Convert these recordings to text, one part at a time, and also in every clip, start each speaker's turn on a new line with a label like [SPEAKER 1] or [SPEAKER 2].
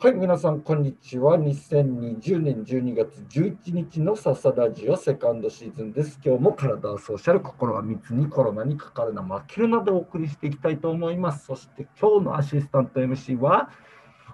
[SPEAKER 1] はい、皆さん、こんにちは。2020年12月11日の笹ラジオセカンドシーズンです。今日も体はソーシャル、心は密にコロナにかかるな、負けるなでお送りしていきたいと思います。そして今日のアシスタント MC は、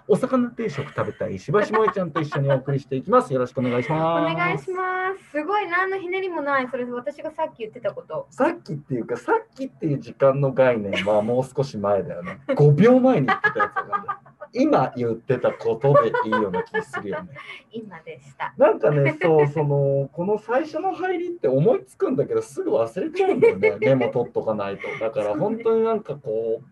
[SPEAKER 1] お魚定食食べたい石橋萌ちゃんと一緒にお送りしていきます。よろしくお願いし
[SPEAKER 2] お
[SPEAKER 1] ます。
[SPEAKER 2] 願いします。すごい、何のひねりもない。それ私がさっき言ってたこと。
[SPEAKER 1] す。さっきっていうか、さっきっていう時間の概念はもう少し前だよね。5秒前に言ってたやつだからね。今言ってたことでいいような気するよね。
[SPEAKER 2] 今でした。
[SPEAKER 1] なんかね、そう、その、この最初の入りって思いつくんだけど、すぐ忘れちゃうんだよ ね、メモ取っとかないと。だから、本当になんかこう、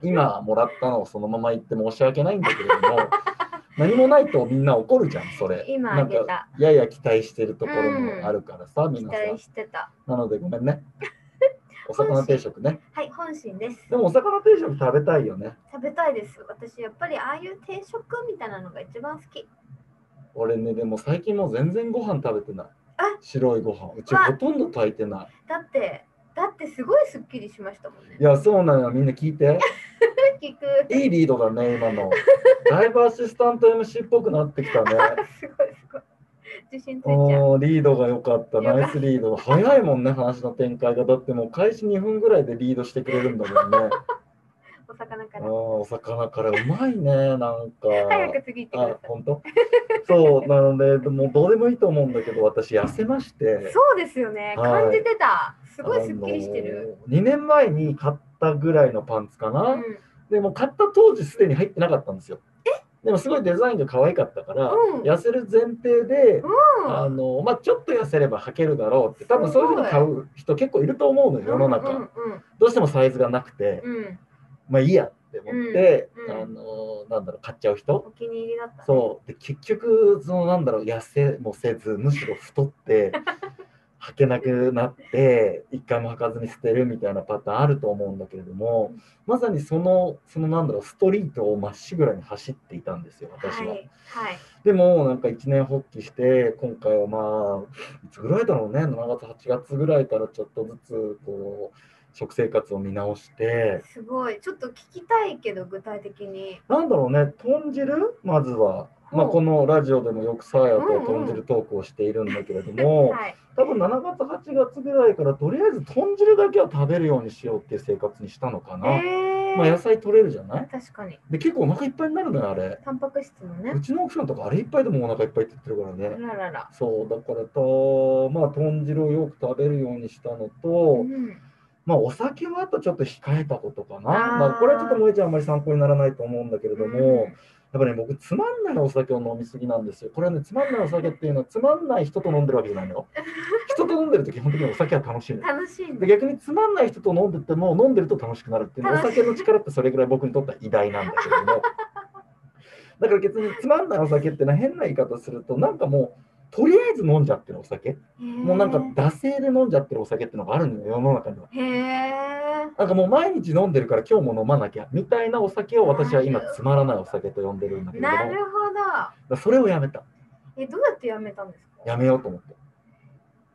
[SPEAKER 1] 今もらったのをそのまま言って申し訳ないんだけれども、何もないとみんな怒るじゃん、それ。
[SPEAKER 2] 今
[SPEAKER 1] な
[SPEAKER 2] あ
[SPEAKER 1] ん
[SPEAKER 2] げ
[SPEAKER 1] か、
[SPEAKER 2] た。
[SPEAKER 1] やや期待してるところもあるからさ、
[SPEAKER 2] 期
[SPEAKER 1] 皆さ
[SPEAKER 2] 待
[SPEAKER 1] ん。
[SPEAKER 2] してた。
[SPEAKER 1] なので、ごめん ね。お魚定食ね。
[SPEAKER 2] はい、本心です。
[SPEAKER 1] でも、お魚定食食べたいよね。
[SPEAKER 2] 食べたいです。私、やっぱりああいう定食みたいなのが一番好き。
[SPEAKER 1] 俺ね、でも最近もう全然ご飯食べてない
[SPEAKER 2] あ。
[SPEAKER 1] 白いご飯。うち
[SPEAKER 2] わ
[SPEAKER 1] ほとんど炊いてない。
[SPEAKER 2] だって、だってすごいすっきりしましたもんね
[SPEAKER 1] い。や、そうなのよ。みんな聞いて。
[SPEAKER 2] 聞く。
[SPEAKER 1] いいリードだね、今 の。だいぶアシスタント MC っぽくなってきたね。
[SPEAKER 2] すごいすごい。自信ついちゃう。
[SPEAKER 1] おーリードが良かった、
[SPEAKER 2] よかった
[SPEAKER 1] ナイスリード。早いもんね、話の展開が。だってもう開始2分ぐらいでリードしてくれるんだも んね。
[SPEAKER 2] お魚か
[SPEAKER 1] あー
[SPEAKER 2] ら。
[SPEAKER 1] お魚からうまいね、なんか。
[SPEAKER 2] 早く次行ってく
[SPEAKER 1] あ
[SPEAKER 2] だ、さ
[SPEAKER 1] 本当 そう、なので、でもどうでもいいと思うんだけど、私、痩せまして
[SPEAKER 2] い。。そうですよね。
[SPEAKER 1] はい
[SPEAKER 2] 感じてた。すごいすっきりしてる。
[SPEAKER 1] あのー。2年前に買ったぐらいのパンツかな。
[SPEAKER 2] うん。
[SPEAKER 1] でも買った当時すでに入ってなかったんですよ。でもすごいデザインが可愛かったから、
[SPEAKER 2] うん
[SPEAKER 1] 痩せる前提で、
[SPEAKER 2] うん
[SPEAKER 1] あのまあ、ちょっと痩せれば履けるだろうって多分そういうふうに買う人結構いると思うのよ世の中、
[SPEAKER 2] うんうん
[SPEAKER 1] どうしてもサイズがなくて、
[SPEAKER 2] うんうん。
[SPEAKER 1] まあいいやって思って、
[SPEAKER 2] うんうん
[SPEAKER 1] あのなんだろう買っちゃう人
[SPEAKER 2] お気に入りだった。
[SPEAKER 1] そうで結局そのなんだろう痩せもせずむしろ太って 履けなくなって一回も履かずに捨てるみたいなパターンあると思うんだけれどもまさにそのそのなんだろうストリートをまっしぐらに走っていたんですよ私は。
[SPEAKER 2] はい、はい、
[SPEAKER 1] でもなんか一年発起して今回はまあいつぐらいだろうね7月8月ぐらいからちょっとずつこう食生活を見直して
[SPEAKER 2] すごい。ちょっと聞きたいけど、具体的に。
[SPEAKER 1] なんだろうね、豚汁まずは。まあ、
[SPEAKER 2] ほう
[SPEAKER 1] このラジオでもよくさや
[SPEAKER 2] うんう
[SPEAKER 1] と
[SPEAKER 2] ん
[SPEAKER 1] 豚汁トークをしているんだけれども、
[SPEAKER 2] はい。
[SPEAKER 1] 多分7月8月ぐらいからとりあえず豚汁だけは食べるようにしようっていう生活にしたのかな。
[SPEAKER 2] えー
[SPEAKER 1] まあ、野菜取れるじゃない
[SPEAKER 2] 確かに。
[SPEAKER 1] で結構お腹いっぱいになるのよあれ。
[SPEAKER 2] タンパク質のね
[SPEAKER 1] う。ちの奥さんとかあれいっぱいでもうお腹いっぱいって言ってるから
[SPEAKER 2] あ
[SPEAKER 1] ね。
[SPEAKER 2] ららら。
[SPEAKER 1] そうだからと、まあ、豚汁をよく食べるようにしたの
[SPEAKER 2] う
[SPEAKER 1] と、
[SPEAKER 2] ん、
[SPEAKER 1] まあ、お酒はあとちょっと控えたことかな。
[SPEAKER 2] あー
[SPEAKER 1] まあ、これはちょっと萌えちゃんあんまり参考にならないと思うんだけれども。
[SPEAKER 2] うん
[SPEAKER 1] やっぱね、僕、つまんないお酒を飲みすぎなんですよ。これはね、つまんないお酒っていうのは、つまんない人と飲んでるわけじゃないのよ。人と飲んでると基本的にお酒は楽しいのよ。
[SPEAKER 2] 楽しい
[SPEAKER 1] で、
[SPEAKER 2] ね。
[SPEAKER 1] 逆につまんない人と飲んでても、飲んでると楽しくなるっていうのはお酒の力ってそれぐらい僕にとっては偉大なんだけれども。だから別につまんないお酒ってのは変な言い方すると、なんかもう、とりあえず飲んじゃってるお酒。もうなんか、惰性で飲んじゃってるお酒ってのがあるのよ、世の中には。
[SPEAKER 2] へえ。
[SPEAKER 1] なんかもう毎日飲んでるから今日も飲まなきゃみたいなお酒を私は今つまらないお酒と呼んでるんだけれども
[SPEAKER 2] なるほど。
[SPEAKER 1] だからそれをやめた
[SPEAKER 2] え、どうやってやめたんですか
[SPEAKER 1] やめようと思って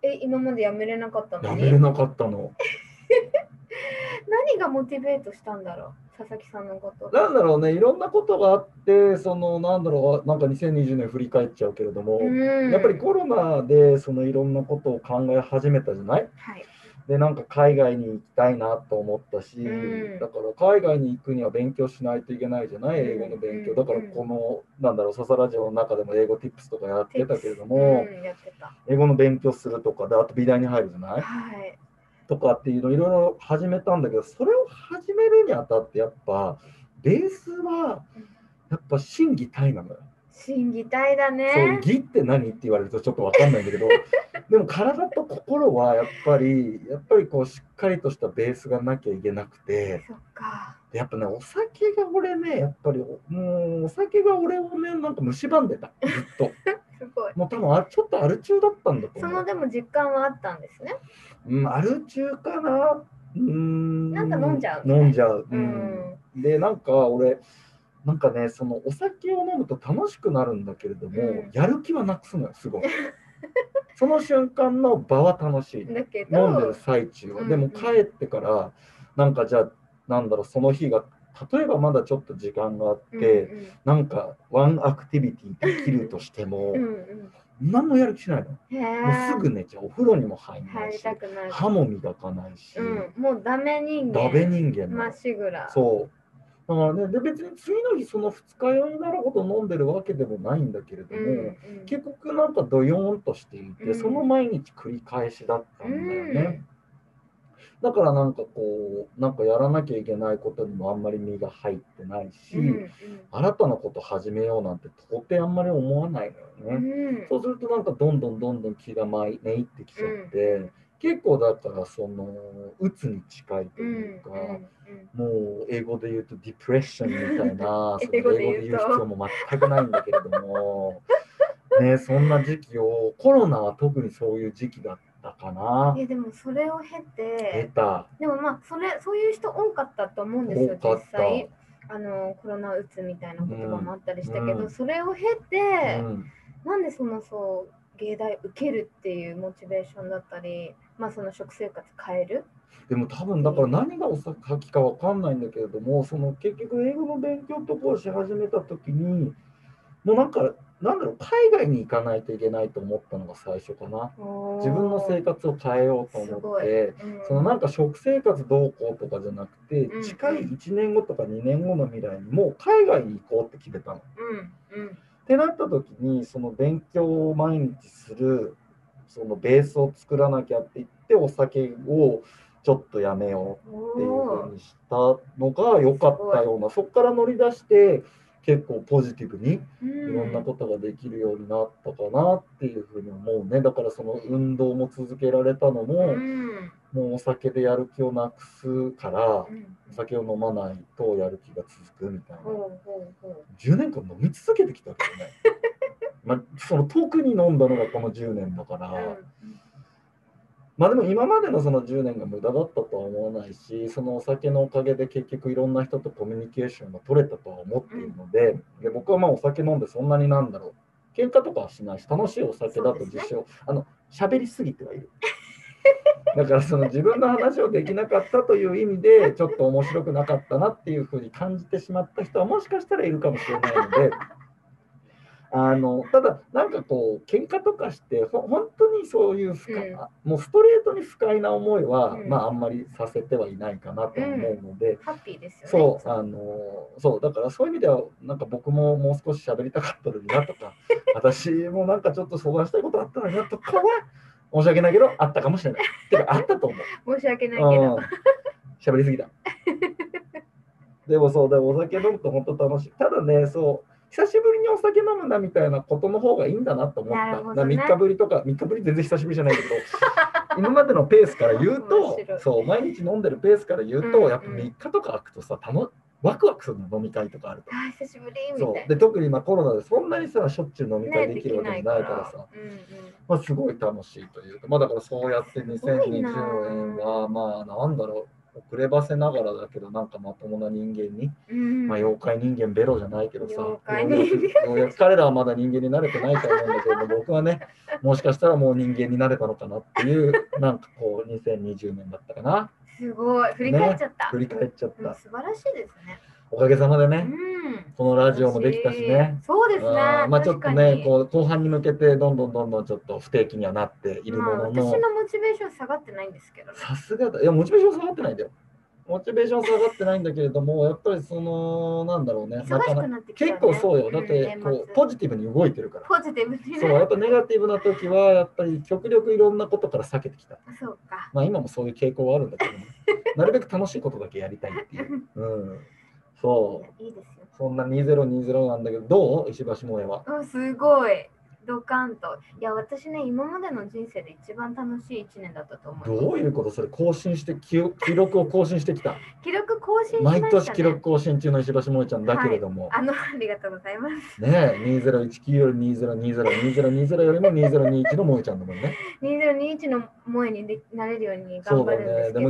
[SPEAKER 2] え、今までやめれなかった
[SPEAKER 1] や
[SPEAKER 2] の
[SPEAKER 1] めれ
[SPEAKER 2] に。
[SPEAKER 1] なかったの
[SPEAKER 2] 何がモチベートしたんだろう佐々木さんのこと。
[SPEAKER 1] なんだろうねいろんなことがあってそのなんだろうなんか2020年振り返っちゃうけれども、
[SPEAKER 2] うん
[SPEAKER 1] やっぱりコロナでそのいろんなことを考え始めたじゃない
[SPEAKER 2] はい。
[SPEAKER 1] でなんか海外に行きたいなと思ったし、
[SPEAKER 2] うん
[SPEAKER 1] だから海外に行くには勉強しないといけないじゃない
[SPEAKER 2] うん
[SPEAKER 1] 英語の勉強
[SPEAKER 2] うん
[SPEAKER 1] だからこの、なんだろうササラジオの中でも英語 tips とかやってたけれども、
[SPEAKER 2] うん、やってた。
[SPEAKER 1] 英語の勉強するとかであと美大に入るじゃない、
[SPEAKER 2] はい。
[SPEAKER 1] とかっていうのをいろいろ始めたんだけどそれを始めるにあたってやっぱベースは
[SPEAKER 2] うん
[SPEAKER 1] やっぱ審議体なのよ。
[SPEAKER 2] 審議体だ
[SPEAKER 1] そう
[SPEAKER 2] ね。
[SPEAKER 1] 義って何って言われるとちょっとわかんないんだ けどでも体と心はやっぱりやっぱりこうしっかりとしたベースがなきゃいけなくて
[SPEAKER 2] そっか。
[SPEAKER 1] でやっぱねお酒が俺ねやっぱりおもうお酒が俺をねなんか蝕んでたずっ と
[SPEAKER 2] すごい。
[SPEAKER 1] もう多分あちょっとアル中だったんだと
[SPEAKER 2] そ
[SPEAKER 1] 思
[SPEAKER 2] の
[SPEAKER 1] う、
[SPEAKER 2] でも実感はあったんですね。
[SPEAKER 1] うん、アル中かなうーん
[SPEAKER 2] なんか飲んじゃう
[SPEAKER 1] 飲んじゃう、
[SPEAKER 2] う
[SPEAKER 1] うん
[SPEAKER 2] ん。
[SPEAKER 1] でなんか俺なんかねそのお酒を飲むと楽しくなるんだけれども、
[SPEAKER 2] うん
[SPEAKER 1] やる気はなくすのよすごいその瞬間の場は楽しい
[SPEAKER 2] だけど、
[SPEAKER 1] 飲んでる最中は、
[SPEAKER 2] うん
[SPEAKER 1] でも帰ってからなんかじゃあなんだろうその日が例えばまだちょっと時間があって、
[SPEAKER 2] うん
[SPEAKER 1] なんかワンアクティビティできるとしても、
[SPEAKER 2] うんうん
[SPEAKER 1] 何もやる気しないの。も
[SPEAKER 2] うん、へえ
[SPEAKER 1] うすぐ寝ちゃう。お風呂にも入んな
[SPEAKER 2] 入
[SPEAKER 1] い
[SPEAKER 2] り
[SPEAKER 1] し、
[SPEAKER 2] たくない。
[SPEAKER 1] 歯も磨かないし、
[SPEAKER 2] うん、もうダメ人間。
[SPEAKER 1] ダメ人間
[SPEAKER 2] ま
[SPEAKER 1] な
[SPEAKER 2] っしぐら。
[SPEAKER 1] の。そう。だからね、で別に次の日その二日酔いになるほど飲んでるわけでもないんだけれども、
[SPEAKER 2] んん、
[SPEAKER 1] 結局なんかドヨーンとしていて、
[SPEAKER 2] うん
[SPEAKER 1] その毎日繰り返しだったんだよね。
[SPEAKER 2] うん
[SPEAKER 1] だからなんかこうなんかやらなきゃいけないことにもあんまり身が入ってないし、
[SPEAKER 2] うんうん
[SPEAKER 1] 新たなこと始めようなんて到底あんまり思わないの
[SPEAKER 2] う
[SPEAKER 1] よね。
[SPEAKER 2] ん
[SPEAKER 1] そうするとなんかどんどんどんどん気が前めいってきちゃって、
[SPEAKER 2] うん
[SPEAKER 1] 結構だからその鬱に近いと
[SPEAKER 2] うん
[SPEAKER 1] いうか。
[SPEAKER 2] うんうん
[SPEAKER 1] もう英語で言うとディプレッションみた いなその
[SPEAKER 2] 英
[SPEAKER 1] 英
[SPEAKER 2] 語
[SPEAKER 1] 語
[SPEAKER 2] で
[SPEAKER 1] で
[SPEAKER 2] 言
[SPEAKER 1] 言う
[SPEAKER 2] うと
[SPEAKER 1] 必要も全くないんだけれども ねそんな時期をコロナは特にそういう時期だったかない
[SPEAKER 2] やでもそれを経
[SPEAKER 1] 出
[SPEAKER 2] て、
[SPEAKER 1] た
[SPEAKER 2] でもまあそれそういう人多かったと思うんですよ
[SPEAKER 1] 多か
[SPEAKER 2] 実
[SPEAKER 1] った、
[SPEAKER 2] 際。あのコロナうつみたいな言葉もあったりしたけど、
[SPEAKER 1] うん
[SPEAKER 2] それを経
[SPEAKER 1] う
[SPEAKER 2] て、
[SPEAKER 1] ん、
[SPEAKER 2] なんでそのそう芸大受けるっていうモチベーションだったり、まあその食生活変える。
[SPEAKER 1] でも多分だから何がお先かわかんないんだけれどもその結局英語の勉強とかをし始めた時にもうなんかなんだろう海外に行かないといけないと思ったのが最初かな自
[SPEAKER 2] 自
[SPEAKER 1] 分の生活を変えようと
[SPEAKER 2] す
[SPEAKER 1] 思
[SPEAKER 2] ご
[SPEAKER 1] っ
[SPEAKER 2] い
[SPEAKER 1] て。
[SPEAKER 2] うん
[SPEAKER 1] そのなんか食生活どうこうとかじゃなくて
[SPEAKER 2] うん
[SPEAKER 1] 近い1年後とか2年後の未来にもう海外に行こうって決めたの。っ
[SPEAKER 2] うんうん
[SPEAKER 1] てなった時にその勉強を毎日するそのベースを作らなきゃって言ってお酒をちょっとやめようっていう
[SPEAKER 2] お
[SPEAKER 1] ふ
[SPEAKER 2] ー
[SPEAKER 1] うにしたのが良かったようなそこから乗り出して結構ポジティブにいろんなことができるようになったかなっていうふうに思うねだからその運動も続けられたの
[SPEAKER 2] う
[SPEAKER 1] も。
[SPEAKER 2] ん
[SPEAKER 1] もうお酒でやる気をなくすから
[SPEAKER 2] う、ん
[SPEAKER 1] お酒を飲まないとやる気が続くみたいな。
[SPEAKER 2] ほうほうほ
[SPEAKER 1] 10年間飲み続けてきたけどね。まあ、その特に飲んだのがこの10年だから、
[SPEAKER 2] ううん
[SPEAKER 1] まあでも今までのその10年が無駄だったとは思わないし、そのお酒のおかげで結局いろんな人とコミュニケーションが取れたとは思っているので、で僕はまあお酒飲んでそんなになんだろう。喧嘩とかはしないし、楽しいお酒だと自称、あの、喋りすぎてはいる。 だからその自分の話をできなかったという意味で、ちょっと面白くなかったなっていうふうに感じてしまった人はもしかしたらいるかもしれないので、あのただ、なんかこう、喧嘩とかして、ほ本当にそういう不快、
[SPEAKER 2] うん
[SPEAKER 1] もうストレートに不快な思いは、
[SPEAKER 2] うん
[SPEAKER 1] まああんまりさせてはいないかなと思うので、
[SPEAKER 2] ハッピーですよね。
[SPEAKER 1] そう、あのーそう、だからそういう意味では、なんか僕ももう少し喋りたかったのになと か、私もなんかちょっと相談したいことあったのになとかは、申し訳ないけど、あったかもしれない。てか、あったと思う。
[SPEAKER 2] 申し訳ないけ
[SPEAKER 1] うん
[SPEAKER 2] ど。
[SPEAKER 1] 喋りすぎ た。でもそう、でもお酒飲むと本当楽しい。ただね、そう、久しぶりにお酒飲むなみたいなことの方がいいんだなと思った。
[SPEAKER 2] なるほどね
[SPEAKER 1] 3日ぶりとか、3日ぶり全然久しぶりじゃ ないけど、今までのペースから言う
[SPEAKER 2] 面
[SPEAKER 1] と
[SPEAKER 2] 白い、
[SPEAKER 1] そう、毎日飲んでるペースから言うと、
[SPEAKER 2] うんうん
[SPEAKER 1] やっぱ3日とか空くとさ、たのワクワクするの飲み会とかあると。
[SPEAKER 2] あ久しぶりみ
[SPEAKER 1] そ
[SPEAKER 2] たいう
[SPEAKER 1] で特に今コロナでそんなにさしょっちゅう飲み
[SPEAKER 2] な。
[SPEAKER 1] 会
[SPEAKER 2] ね
[SPEAKER 1] できるわけじゃないからさ、
[SPEAKER 2] うんうん
[SPEAKER 1] まあ、すごい楽しいというか、まあ、だからそうやって
[SPEAKER 2] すごい
[SPEAKER 1] 2020
[SPEAKER 2] な
[SPEAKER 1] 年は、まあ、なんだろう、遅ればせながらだけど、なんかまともな人間に、
[SPEAKER 2] うん。
[SPEAKER 1] まあ、妖怪人間ベロじゃないけどさ、
[SPEAKER 2] 妖
[SPEAKER 1] よ
[SPEAKER 2] 怪
[SPEAKER 1] うや
[SPEAKER 2] 人
[SPEAKER 1] くようやく彼らはまだ人間になれてないと思うんだけど、僕はね、もしかしたらもう人間になれたのかなっていう、なんかこう、2020年だったかな。
[SPEAKER 2] すごい。振り返っちゃった。
[SPEAKER 1] 振り返っちゃっ
[SPEAKER 2] うん
[SPEAKER 1] た。
[SPEAKER 2] 素晴らしいですね。
[SPEAKER 1] おかげさまで
[SPEAKER 2] う
[SPEAKER 1] ね、
[SPEAKER 2] ん。
[SPEAKER 1] このラジオもできたしね。。
[SPEAKER 2] そうですね
[SPEAKER 1] あ。ーまあちょっとね
[SPEAKER 2] 確かに
[SPEAKER 1] こう後半に向けてどんどんどんどんちょっと不定期にはなっているものの、
[SPEAKER 2] まあ私のモチベーション下がってないんですけどね。
[SPEAKER 1] さすがだ。いや、モチベーション下がってないんだよ。モチベーション下がってないんだけれども、やっぱりその、なんだろうね。
[SPEAKER 2] 忙しく
[SPEAKER 1] な
[SPEAKER 2] なってきた、ね。
[SPEAKER 1] 結構そうよ。だっ
[SPEAKER 2] ん
[SPEAKER 1] て
[SPEAKER 2] 年、末
[SPEAKER 1] こうポジティブに動いてるから。
[SPEAKER 2] ポジティブに
[SPEAKER 1] そう、
[SPEAKER 2] ね。
[SPEAKER 1] やっぱネガティブな時は、やっぱり極力いろんなことから避けてきた。
[SPEAKER 2] そうか。
[SPEAKER 1] まあ今もそういう傾向はあるんだけ ど、ね、なるべく楽しいことだけやりたいっていう。うん。そう。
[SPEAKER 2] いいですよ。
[SPEAKER 1] そんな2020なんだけど、どう石橋萌えは。
[SPEAKER 2] うん、すごい。ドカンと。いや、私ね、今までの人生で一番楽しい1年だったと思う。
[SPEAKER 1] どういうことそれ更新して記録記録を更新してきた
[SPEAKER 2] 記録更新しました、
[SPEAKER 1] 毎
[SPEAKER 2] ね。
[SPEAKER 1] 年記録更新中の石橋萌えちゃんだけれども、
[SPEAKER 2] あの、ありがとうございます。
[SPEAKER 1] ねえ、2019より2020、2020よりも2021の萌えちゃんだもんね。
[SPEAKER 2] 2021の萌えにでなれるように
[SPEAKER 1] そ
[SPEAKER 2] 頑
[SPEAKER 1] う
[SPEAKER 2] 張
[SPEAKER 1] だ
[SPEAKER 2] るんで
[SPEAKER 1] ね。
[SPEAKER 2] す
[SPEAKER 1] で
[SPEAKER 2] け
[SPEAKER 1] も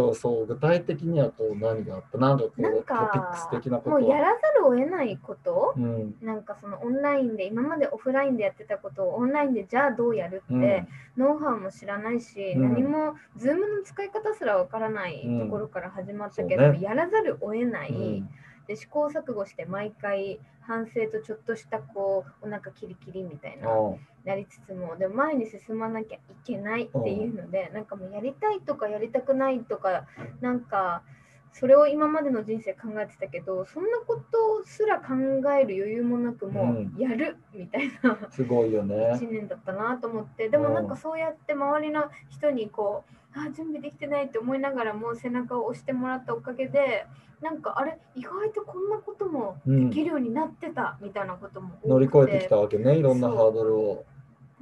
[SPEAKER 1] 2020はそう、具体的にはこう何があったなんかこう、
[SPEAKER 2] なん
[SPEAKER 1] トピック
[SPEAKER 2] か
[SPEAKER 1] ス的なこ
[SPEAKER 2] もう
[SPEAKER 1] と
[SPEAKER 2] や
[SPEAKER 1] は。
[SPEAKER 2] らざるを得ないこと
[SPEAKER 1] うん、
[SPEAKER 2] なんかそのオンラインで今までオフラインンでやってたことをオンラインでじゃあどうやるって、
[SPEAKER 1] うん
[SPEAKER 2] ノウハウも知らないし、
[SPEAKER 1] うん
[SPEAKER 2] 何も Zoom の使い方すらわからない
[SPEAKER 1] うん
[SPEAKER 2] ところから始まったけど、
[SPEAKER 1] そうね
[SPEAKER 2] やらざるを得ない、
[SPEAKER 1] うん
[SPEAKER 2] で試行錯誤して毎回反省とちょっとしたこうお腹キリキリみたいな
[SPEAKER 1] うん
[SPEAKER 2] なりつつもでも前に進まなきゃいけないっていうので、なんかもうやりたいとかやりたくないとかなんかそれを今までの人生考えてたけどそんなことすら考える余裕もなくも
[SPEAKER 1] うん
[SPEAKER 2] うやるみたいな
[SPEAKER 1] すごいよね。
[SPEAKER 2] 1年だったなと思ってでもなんかそうやって周りの人にこうあー準備できてないって思いながらも背中を押してもらったおかげでなんかあれ意外とこんなことも
[SPEAKER 1] うん
[SPEAKER 2] できるようになってたみたいなことも多くて
[SPEAKER 1] 乗り越えてきたわけね、いろんなハードルを。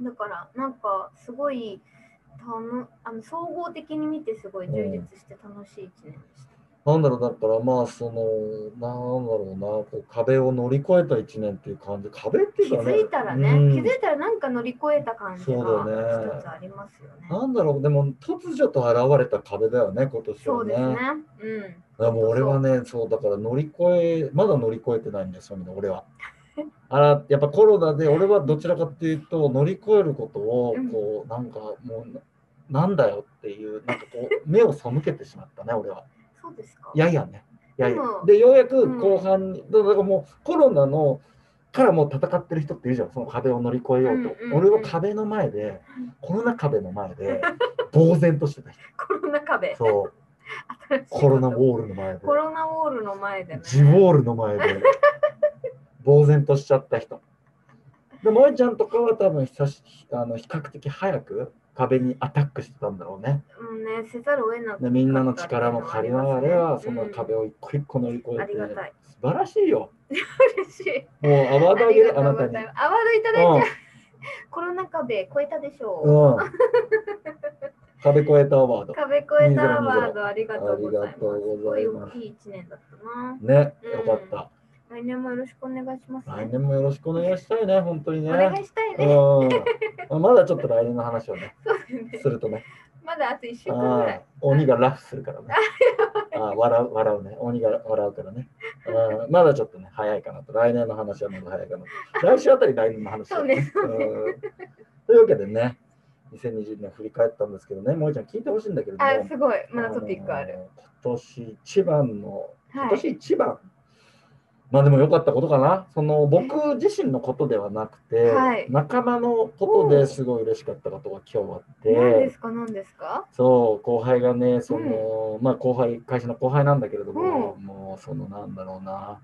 [SPEAKER 2] だからなんかすごいたのあの総合的に見てすごい充実して楽しい一年でし
[SPEAKER 1] なんだろう、だからまあ、その、なんだろうな、こう壁を乗り越えた一年っていう感じ、壁っていう
[SPEAKER 2] た、
[SPEAKER 1] か
[SPEAKER 2] 気
[SPEAKER 1] ね、
[SPEAKER 2] づいたらね、
[SPEAKER 1] うん
[SPEAKER 2] 気づいたらなんか乗り越えた感じが
[SPEAKER 1] そうだよね
[SPEAKER 2] 一つありますよね。
[SPEAKER 1] なんだろう、でも突如と現れた壁だよね、今年
[SPEAKER 2] そ
[SPEAKER 1] は
[SPEAKER 2] う
[SPEAKER 1] ね。
[SPEAKER 2] ですね。
[SPEAKER 1] でも俺はね、そうだから乗り越え、まだ乗り越えてないんですよ、そういうの俺 は。あら、やっぱコロナで俺はどちらかっていうと、乗り越えることを
[SPEAKER 2] うん、
[SPEAKER 1] こう、なんかもう、なんだよっていう、なんかこう、目を背けてしまったね、俺は。
[SPEAKER 2] うん。そうですか。
[SPEAKER 1] ややね。やや
[SPEAKER 2] でも
[SPEAKER 1] で、ようやく
[SPEAKER 2] うん
[SPEAKER 1] 後半に、だからもうコロナのからもう戦ってる人っているじゃん、その壁を乗り越えようと。
[SPEAKER 2] うんうんうん
[SPEAKER 1] 俺は壁の前で、コロナ壁の前で、呆然としてた人。
[SPEAKER 2] コロナ壁。
[SPEAKER 1] そう、
[SPEAKER 2] 新しいこと
[SPEAKER 1] コロナウォールの前で、
[SPEAKER 2] コロナウォールの前でね。
[SPEAKER 1] ジウォールの前で、呆然としちゃった人。で、萌ちゃんとかは多分久しあの比較的早く壁にアタックしてたんだろうね。
[SPEAKER 2] うんね、せざるを得なく
[SPEAKER 1] でみんなの力も借りながら、その壁
[SPEAKER 2] を。
[SPEAKER 1] を一個一個乗り越えて、
[SPEAKER 2] ありがたい
[SPEAKER 1] 素晴らしいよ。
[SPEAKER 2] 嬉しい。
[SPEAKER 1] もうア ワードあげるあ
[SPEAKER 2] あ
[SPEAKER 1] な
[SPEAKER 2] りが
[SPEAKER 1] た
[SPEAKER 2] とうご
[SPEAKER 1] に
[SPEAKER 2] ざい。ますアワードいただいちゃう。コロナ壁超えたでしょう。
[SPEAKER 1] うん。うん、壁越えたアワード。
[SPEAKER 2] 壁越えたアワードありがとうございます。すごい大きい一年だったな。
[SPEAKER 1] ね、よ
[SPEAKER 2] うん
[SPEAKER 1] かった。
[SPEAKER 2] 来年もよろしくお願いします、
[SPEAKER 1] 来年もよろしくお願いしたいね、本当にね。
[SPEAKER 2] お願いしたいね。
[SPEAKER 1] うん。まだちょっと来年の話をね、
[SPEAKER 2] そうだよね
[SPEAKER 1] するとね、
[SPEAKER 2] まだあと1週
[SPEAKER 1] あ
[SPEAKER 2] 間ぐら
[SPEAKER 1] ー
[SPEAKER 2] い。
[SPEAKER 1] 鬼がラフするからね。あー笑う、笑うね。鬼が笑うからね。うんまだちょっとね、早いかなと。来年の話はまだ早いかなと。来週あたり来年の話を
[SPEAKER 2] そうね。
[SPEAKER 1] うんというわけでね、2020年振り返ったんですけどね、萌えちゃん聞いてほしいんだけれども、
[SPEAKER 2] あ、すごい。まだトピックある。
[SPEAKER 1] の今年一番の、今
[SPEAKER 2] は
[SPEAKER 1] 年
[SPEAKER 2] い。
[SPEAKER 1] 一番、まあでも良かったことかな、その僕自身のことではなくて、
[SPEAKER 2] はい
[SPEAKER 1] 仲間のことですごい嬉しかったことが今日あっ
[SPEAKER 2] 何で
[SPEAKER 1] て、
[SPEAKER 2] すか何ですか
[SPEAKER 1] そう、後輩がね、その、まあ後輩、会社の後輩なんだけれども、もうそのなんだろうな、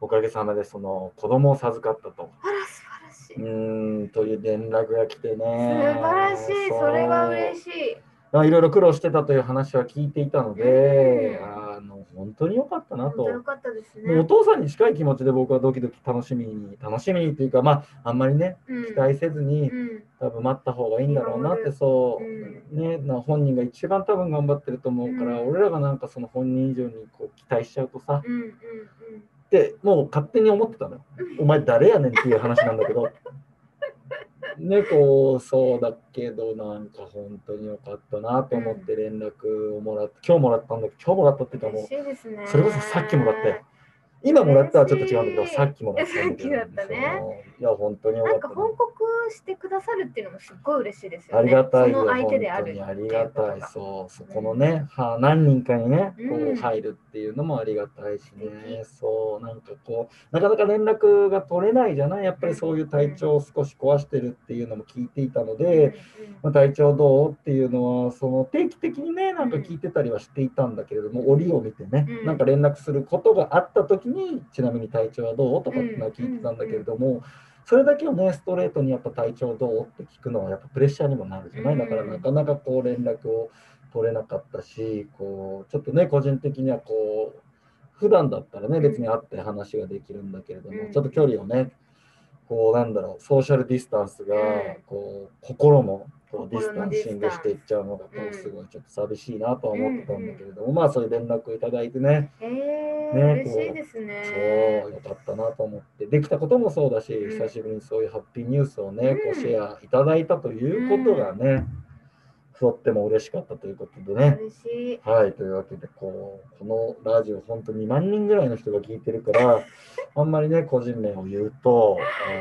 [SPEAKER 1] おかげさまでその子供を授かったと。
[SPEAKER 2] あら、素晴らしい。
[SPEAKER 1] う
[SPEAKER 2] 素
[SPEAKER 1] ーんという連絡が来てね。素
[SPEAKER 2] 晴らしい。それは嬉
[SPEAKER 1] い。
[SPEAKER 2] しい。
[SPEAKER 1] まあ、いろいろ苦労してたという話は聞いていたので、
[SPEAKER 2] うん
[SPEAKER 1] あの本当に良かったな
[SPEAKER 2] 本
[SPEAKER 1] と。
[SPEAKER 2] 当よかったです
[SPEAKER 1] もうお
[SPEAKER 2] ね。
[SPEAKER 1] 父さんに近い気持ちで僕はドキドキ楽しみに楽しみにというかまああんまりね
[SPEAKER 2] うん
[SPEAKER 1] 期待せずに
[SPEAKER 2] うん。
[SPEAKER 1] 多分待った方がいいんだろうなっ
[SPEAKER 2] う
[SPEAKER 1] て
[SPEAKER 2] ん
[SPEAKER 1] そううねな本人が一番多分頑張ってると思うから
[SPEAKER 2] うん
[SPEAKER 1] 俺らがなんかその本人以上にこう期待しちゃうとさ
[SPEAKER 2] うんうん
[SPEAKER 1] ってもう勝手に思ってたのよ。お前誰やねんっていう話なんだけ ど。ね、こうそうだけどなんか本当に良かったなと思って連絡をもらって今日もらったんだけど今日もらったっていう
[SPEAKER 2] う
[SPEAKER 1] か
[SPEAKER 2] ん。
[SPEAKER 1] もう
[SPEAKER 2] 嬉しいですね。
[SPEAKER 1] それこそさっきもらったよ今もらったはちょっと違うんだけ
[SPEAKER 2] 嬉し
[SPEAKER 1] ど
[SPEAKER 2] い
[SPEAKER 1] さっきもらったんだけど
[SPEAKER 2] さっきだったね
[SPEAKER 1] そういや本当に良か
[SPEAKER 2] なん
[SPEAKER 1] った
[SPEAKER 2] か
[SPEAKER 1] ね、
[SPEAKER 2] 報告してくださるっていうのもすっごい嬉しいですよ
[SPEAKER 1] あ
[SPEAKER 2] ね。
[SPEAKER 1] りがたいよ
[SPEAKER 2] その
[SPEAKER 1] 本
[SPEAKER 2] 相
[SPEAKER 1] 当
[SPEAKER 2] 手であるって
[SPEAKER 1] に
[SPEAKER 2] いう
[SPEAKER 1] ありが
[SPEAKER 2] こと
[SPEAKER 1] たい
[SPEAKER 2] が
[SPEAKER 1] そうそこのね、は何人かにねこ
[SPEAKER 2] うん
[SPEAKER 1] う入るっていうのもありがたいしね
[SPEAKER 2] 素、敵
[SPEAKER 1] そうなんかこうなかなか連絡が取れないじゃないやっぱりそういう体調を少し壊してるっていうのも聞いていたので、
[SPEAKER 2] うんうん
[SPEAKER 1] まあ体調どうっていうのはその定期的にねなんか聞いてたりはしていたんだけれども、折を見てね、
[SPEAKER 2] うん
[SPEAKER 1] なんか連絡することがあった時にちなみに体調はどうとかっていうのは
[SPEAKER 2] うん
[SPEAKER 1] 聞いてたんだけれども、それだけをねストレートにやっぱ体調どうって聞くのはやっぱプレッシャーにもなるじゃない、
[SPEAKER 2] うん
[SPEAKER 1] だからなかなかこう連絡を取れなかったしこうちょっとね個人的にはこう普段だったらね別に会って話ができるんだけれども、
[SPEAKER 2] うん
[SPEAKER 1] ちょっと距離をねこうなんだろうソーシャルディスタンスが
[SPEAKER 2] うん
[SPEAKER 1] こう心もこうディス
[SPEAKER 2] 心
[SPEAKER 1] タン
[SPEAKER 2] の
[SPEAKER 1] シングしていっちゃうのがこ
[SPEAKER 2] ディスタン
[SPEAKER 1] う
[SPEAKER 2] ス
[SPEAKER 1] すごいちょっと寂しいなとは思ってたんだけれども、まあそういう連絡をいただいてね、
[SPEAKER 2] え
[SPEAKER 1] ね
[SPEAKER 2] ー、嬉しいですね
[SPEAKER 1] そう。よかったなと思ってできたこともそうだし、
[SPEAKER 2] うん
[SPEAKER 1] 久しぶりにそういうハッピーニュースをね、
[SPEAKER 2] うん
[SPEAKER 1] こうシェアいただいたということがね、とっても嬉しかったということでね。
[SPEAKER 2] 嬉しい。
[SPEAKER 1] はい、というわけでこう、このラジオ、本当2万人ぐらいの人が聞いてるから、あんまりね、個人名を言うと、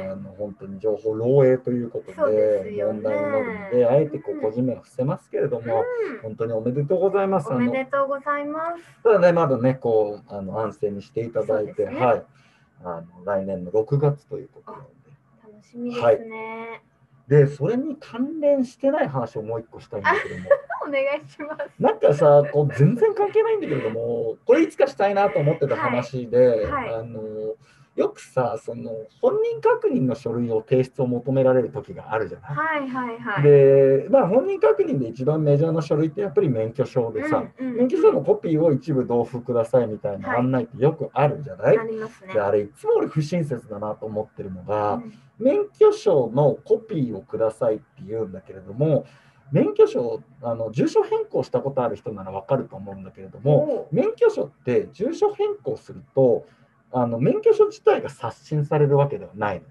[SPEAKER 1] あの本当に情報漏洩ということ
[SPEAKER 2] そうです
[SPEAKER 1] で
[SPEAKER 2] よね
[SPEAKER 1] 問題になるので、あえてこ
[SPEAKER 2] うん
[SPEAKER 1] う個人名を伏せますけれども、
[SPEAKER 2] うん
[SPEAKER 1] 本当におめでとうございます。
[SPEAKER 2] お
[SPEAKER 1] あ
[SPEAKER 2] め
[SPEAKER 1] の
[SPEAKER 2] でとうございます。
[SPEAKER 1] ただね、まだね、こう、あの安静にしていただい
[SPEAKER 2] そうで
[SPEAKER 1] て、
[SPEAKER 2] すね
[SPEAKER 1] はい。あの来年の6月ということなの
[SPEAKER 2] 楽しみですね。
[SPEAKER 1] で。で、それに関連してない話をもう一個したいんだけども、
[SPEAKER 2] お願いします。
[SPEAKER 1] なんかさ、こう全然関係ないんだけれども、これいつかしたいなと思ってた話で、
[SPEAKER 2] はいは
[SPEAKER 1] あのよくさ、その本人確認の書類を提出を求められる時があるじゃない。
[SPEAKER 2] はいはいはい。
[SPEAKER 1] で、まあ本人確認で一番メジャーな書類ってやっぱり免許証でさ、
[SPEAKER 2] うんうん
[SPEAKER 1] 免許証のコピーを一部同封くださいみたい
[SPEAKER 2] は
[SPEAKER 1] ない案内ってよくあるじゃない、
[SPEAKER 2] ありますね
[SPEAKER 1] で。あれいつも俺不親切だなと思ってるの
[SPEAKER 2] う
[SPEAKER 1] が、
[SPEAKER 2] ん
[SPEAKER 1] 免許証のコピーをくださいって言うんだけれども免許証あの住所変更したことある人ならわかると思うんだけれども、
[SPEAKER 2] おう
[SPEAKER 1] 免許証って住所変更するとあの免許証自体が刷新されるわけではないの。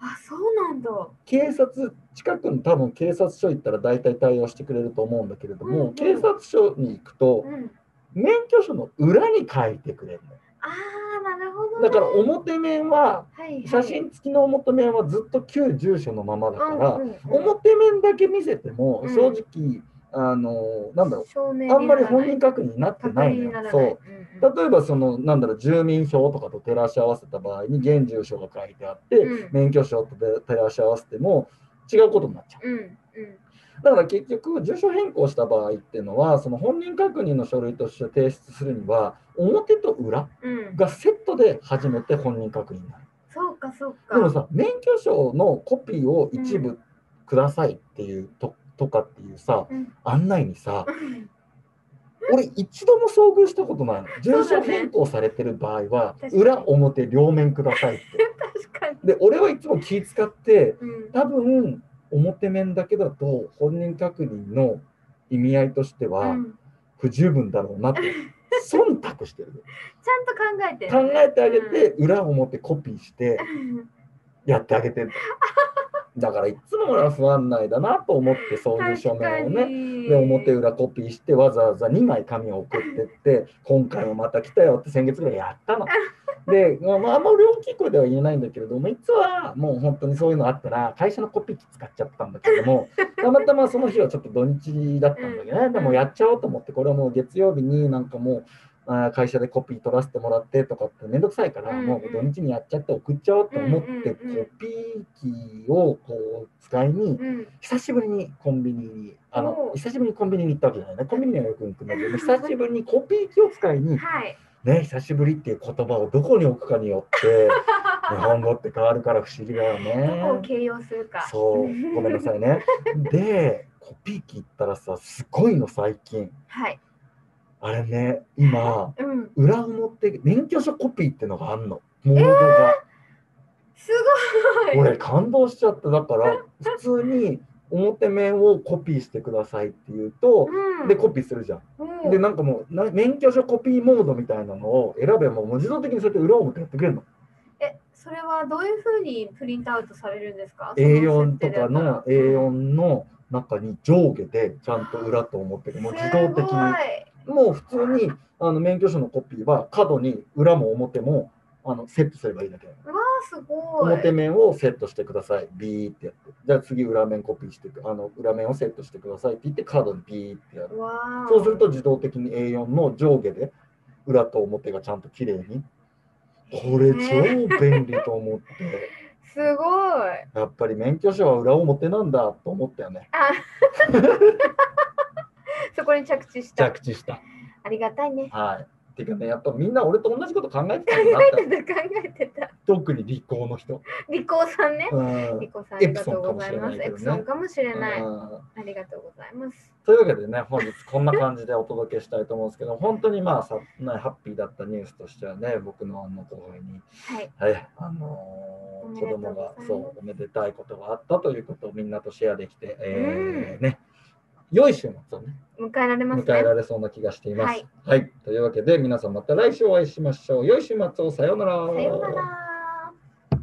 [SPEAKER 2] あ、そうなんだ。
[SPEAKER 1] 警察近くの多分警察署行ったら大体対応してくれると思うんだけれど
[SPEAKER 2] うん
[SPEAKER 1] も、
[SPEAKER 2] うん
[SPEAKER 1] 警察署に行くと
[SPEAKER 2] うん。
[SPEAKER 1] 免許証の裏に書いてくれる
[SPEAKER 2] ああ、なるほど、
[SPEAKER 1] の。
[SPEAKER 2] ね。
[SPEAKER 1] だから表面は
[SPEAKER 2] はいはい、
[SPEAKER 1] 写真付きの表面はずっと旧住所のままだか
[SPEAKER 2] うん
[SPEAKER 1] ら、
[SPEAKER 2] うんうん
[SPEAKER 1] 表面だけ見せても
[SPEAKER 2] うん
[SPEAKER 1] 正直、あのなんだろ
[SPEAKER 2] 証明
[SPEAKER 1] う
[SPEAKER 2] にな
[SPEAKER 1] あ
[SPEAKER 2] ら
[SPEAKER 1] んまり
[SPEAKER 2] ない
[SPEAKER 1] 本人確認になって
[SPEAKER 2] 確
[SPEAKER 1] ない
[SPEAKER 2] 認
[SPEAKER 1] の
[SPEAKER 2] に
[SPEAKER 1] よ
[SPEAKER 2] ならない。
[SPEAKER 1] そう
[SPEAKER 2] うん
[SPEAKER 1] 例えばそのなんだろう住民票とかと照らし合わせた場合に現住所が書いてあって、
[SPEAKER 2] うん
[SPEAKER 1] 免許証と照らし合わせても違うことになっちゃう。
[SPEAKER 2] うんうんうん
[SPEAKER 1] だから結局、住所変更した場合っていうのは、その本人確認の書類として提出するには、表と裏
[SPEAKER 2] うん、
[SPEAKER 1] がセットで初めて本人確認になる。
[SPEAKER 2] そうかそうか。
[SPEAKER 1] でもさ、免許証のコピーを一部くださいっていうと,、とかっていうさ、
[SPEAKER 2] うん
[SPEAKER 1] 案内にさ、俺一度も遭遇したことないの。住所変更されてる場合は、
[SPEAKER 2] 確かに
[SPEAKER 1] 裏表両面くださいって。
[SPEAKER 2] 確かに。
[SPEAKER 1] で、俺はいつも気使って、
[SPEAKER 2] うん、
[SPEAKER 1] 多分表面だけだと本人確認の意味合いとしては
[SPEAKER 2] うん
[SPEAKER 1] 不十分だろうな って忖度してる
[SPEAKER 2] ちゃんと考えてる
[SPEAKER 1] 考
[SPEAKER 2] ね、
[SPEAKER 1] えてあげて裏表コピーして
[SPEAKER 2] うん。
[SPEAKER 1] やってあげてるだからいつも俺は不安内だなと思ってそういう書
[SPEAKER 2] 確か
[SPEAKER 1] 面を
[SPEAKER 2] に。
[SPEAKER 1] ねで表裏コピーしてわざわざ2枚紙を送ってって今回もまた来たよって先月ぐらいやった の。で、まあまあ、あんまり大きい声では言えないんだけれども実はもう本当にそういうのあったら会社のコピー機使っちゃったんだけど もたまたまその日はちょっと土日だったんだけどねでもやっちゃおうと思ってこれはもう月曜日になんかもう。あー会社でコピー取らせてもらってとかってめんどくさいから、
[SPEAKER 2] うんうん
[SPEAKER 1] もう土日にやっちゃって送っちゃおうと思って、
[SPEAKER 2] うんうんうん
[SPEAKER 1] コピー機をこう使いに、
[SPEAKER 2] うん、
[SPEAKER 1] 久しぶりにコンビニにあ
[SPEAKER 2] お
[SPEAKER 1] の
[SPEAKER 2] う
[SPEAKER 1] 久しぶりにコンビニに行ったわけじゃないねコンビニにはよく行くんだけど久しぶりにコピー機を使いに、
[SPEAKER 2] はい。
[SPEAKER 1] ね、久しぶりっていう言葉をどこに置くかによって 日本語って変わるから不思議だよ
[SPEAKER 2] どこを
[SPEAKER 1] ね。
[SPEAKER 2] 形容するか。
[SPEAKER 1] そうごめんなさいね。でコピー機行ったらさすごいの最近
[SPEAKER 2] はい。
[SPEAKER 1] あれね今
[SPEAKER 2] うん。
[SPEAKER 1] 裏表免許証コピーってのがあんのモードが。
[SPEAKER 2] すごい。
[SPEAKER 1] 俺感動しちゃっただから普通に表面をコピーしてくださいって言うと。
[SPEAKER 2] うん、
[SPEAKER 1] でコピーするじゃん。
[SPEAKER 2] うん
[SPEAKER 1] でなんかもうな免許証コピーモードみたいなのを選べばもう自動的にそうやって裏表やってくれるの。
[SPEAKER 2] え、それはどういうふうにプリントアウトされるんですか
[SPEAKER 1] A4 とかの
[SPEAKER 2] そ設定だったら
[SPEAKER 1] A4 の中に上下でちゃんと裏と表がもう自動的
[SPEAKER 2] す
[SPEAKER 1] にもう普通にあの免許証のコピーは角に裏も表もあのセットすればいいだけなの
[SPEAKER 2] ごい。わあ、すごい。
[SPEAKER 1] 表面をセットしてくださいビーってやってじゃあ次裏面コピーしてくあの裏面をセットしてくださいって言って角にビーってやる
[SPEAKER 2] わあ。
[SPEAKER 1] そうすると自動的に A4 の上下で裏と表がちゃんと綺麗に。これ超便利と思って、
[SPEAKER 2] すごい。
[SPEAKER 1] やっぱり免許証は裏表なんだと思ったよね。
[SPEAKER 2] あそこに着地した。
[SPEAKER 1] 着地した。
[SPEAKER 2] ありがたいね。
[SPEAKER 1] はい。っていうかね、やっぱみんな俺と同じこと考えて
[SPEAKER 2] 考
[SPEAKER 1] たんだなっ
[SPEAKER 2] え
[SPEAKER 1] て。
[SPEAKER 2] てた、考えてた。
[SPEAKER 1] 特に理工の人。
[SPEAKER 2] リコさんね。
[SPEAKER 1] うん。
[SPEAKER 2] リコさん、ありがとうございます。エ
[SPEAKER 1] エ
[SPEAKER 2] プ
[SPEAKER 1] プ
[SPEAKER 2] ソ
[SPEAKER 1] ソ
[SPEAKER 2] ン
[SPEAKER 1] ン
[SPEAKER 2] かもしれない。
[SPEAKER 1] うん
[SPEAKER 2] ありがとうございます。
[SPEAKER 1] というわけでね、本日こんな感じでお届けしたいと思うんですけど、本当にまあさ、ね、ハッピーだったニュースとしてはね、僕のあの後輩に
[SPEAKER 2] はい。
[SPEAKER 1] はい、あのー
[SPEAKER 2] おめ
[SPEAKER 1] 子
[SPEAKER 2] でとうござい
[SPEAKER 1] 供が
[SPEAKER 2] ます
[SPEAKER 1] そうおめでたいことがあったということをみんなとシェアできて、えーね、良い週末をね、
[SPEAKER 2] 迎えられます
[SPEAKER 1] 迎え
[SPEAKER 2] ね。
[SPEAKER 1] られそうな気がしています。
[SPEAKER 2] はい
[SPEAKER 1] はい、というわけで皆さんまた来週お会いしましょう。良い週末をさようなら。
[SPEAKER 2] さようなら。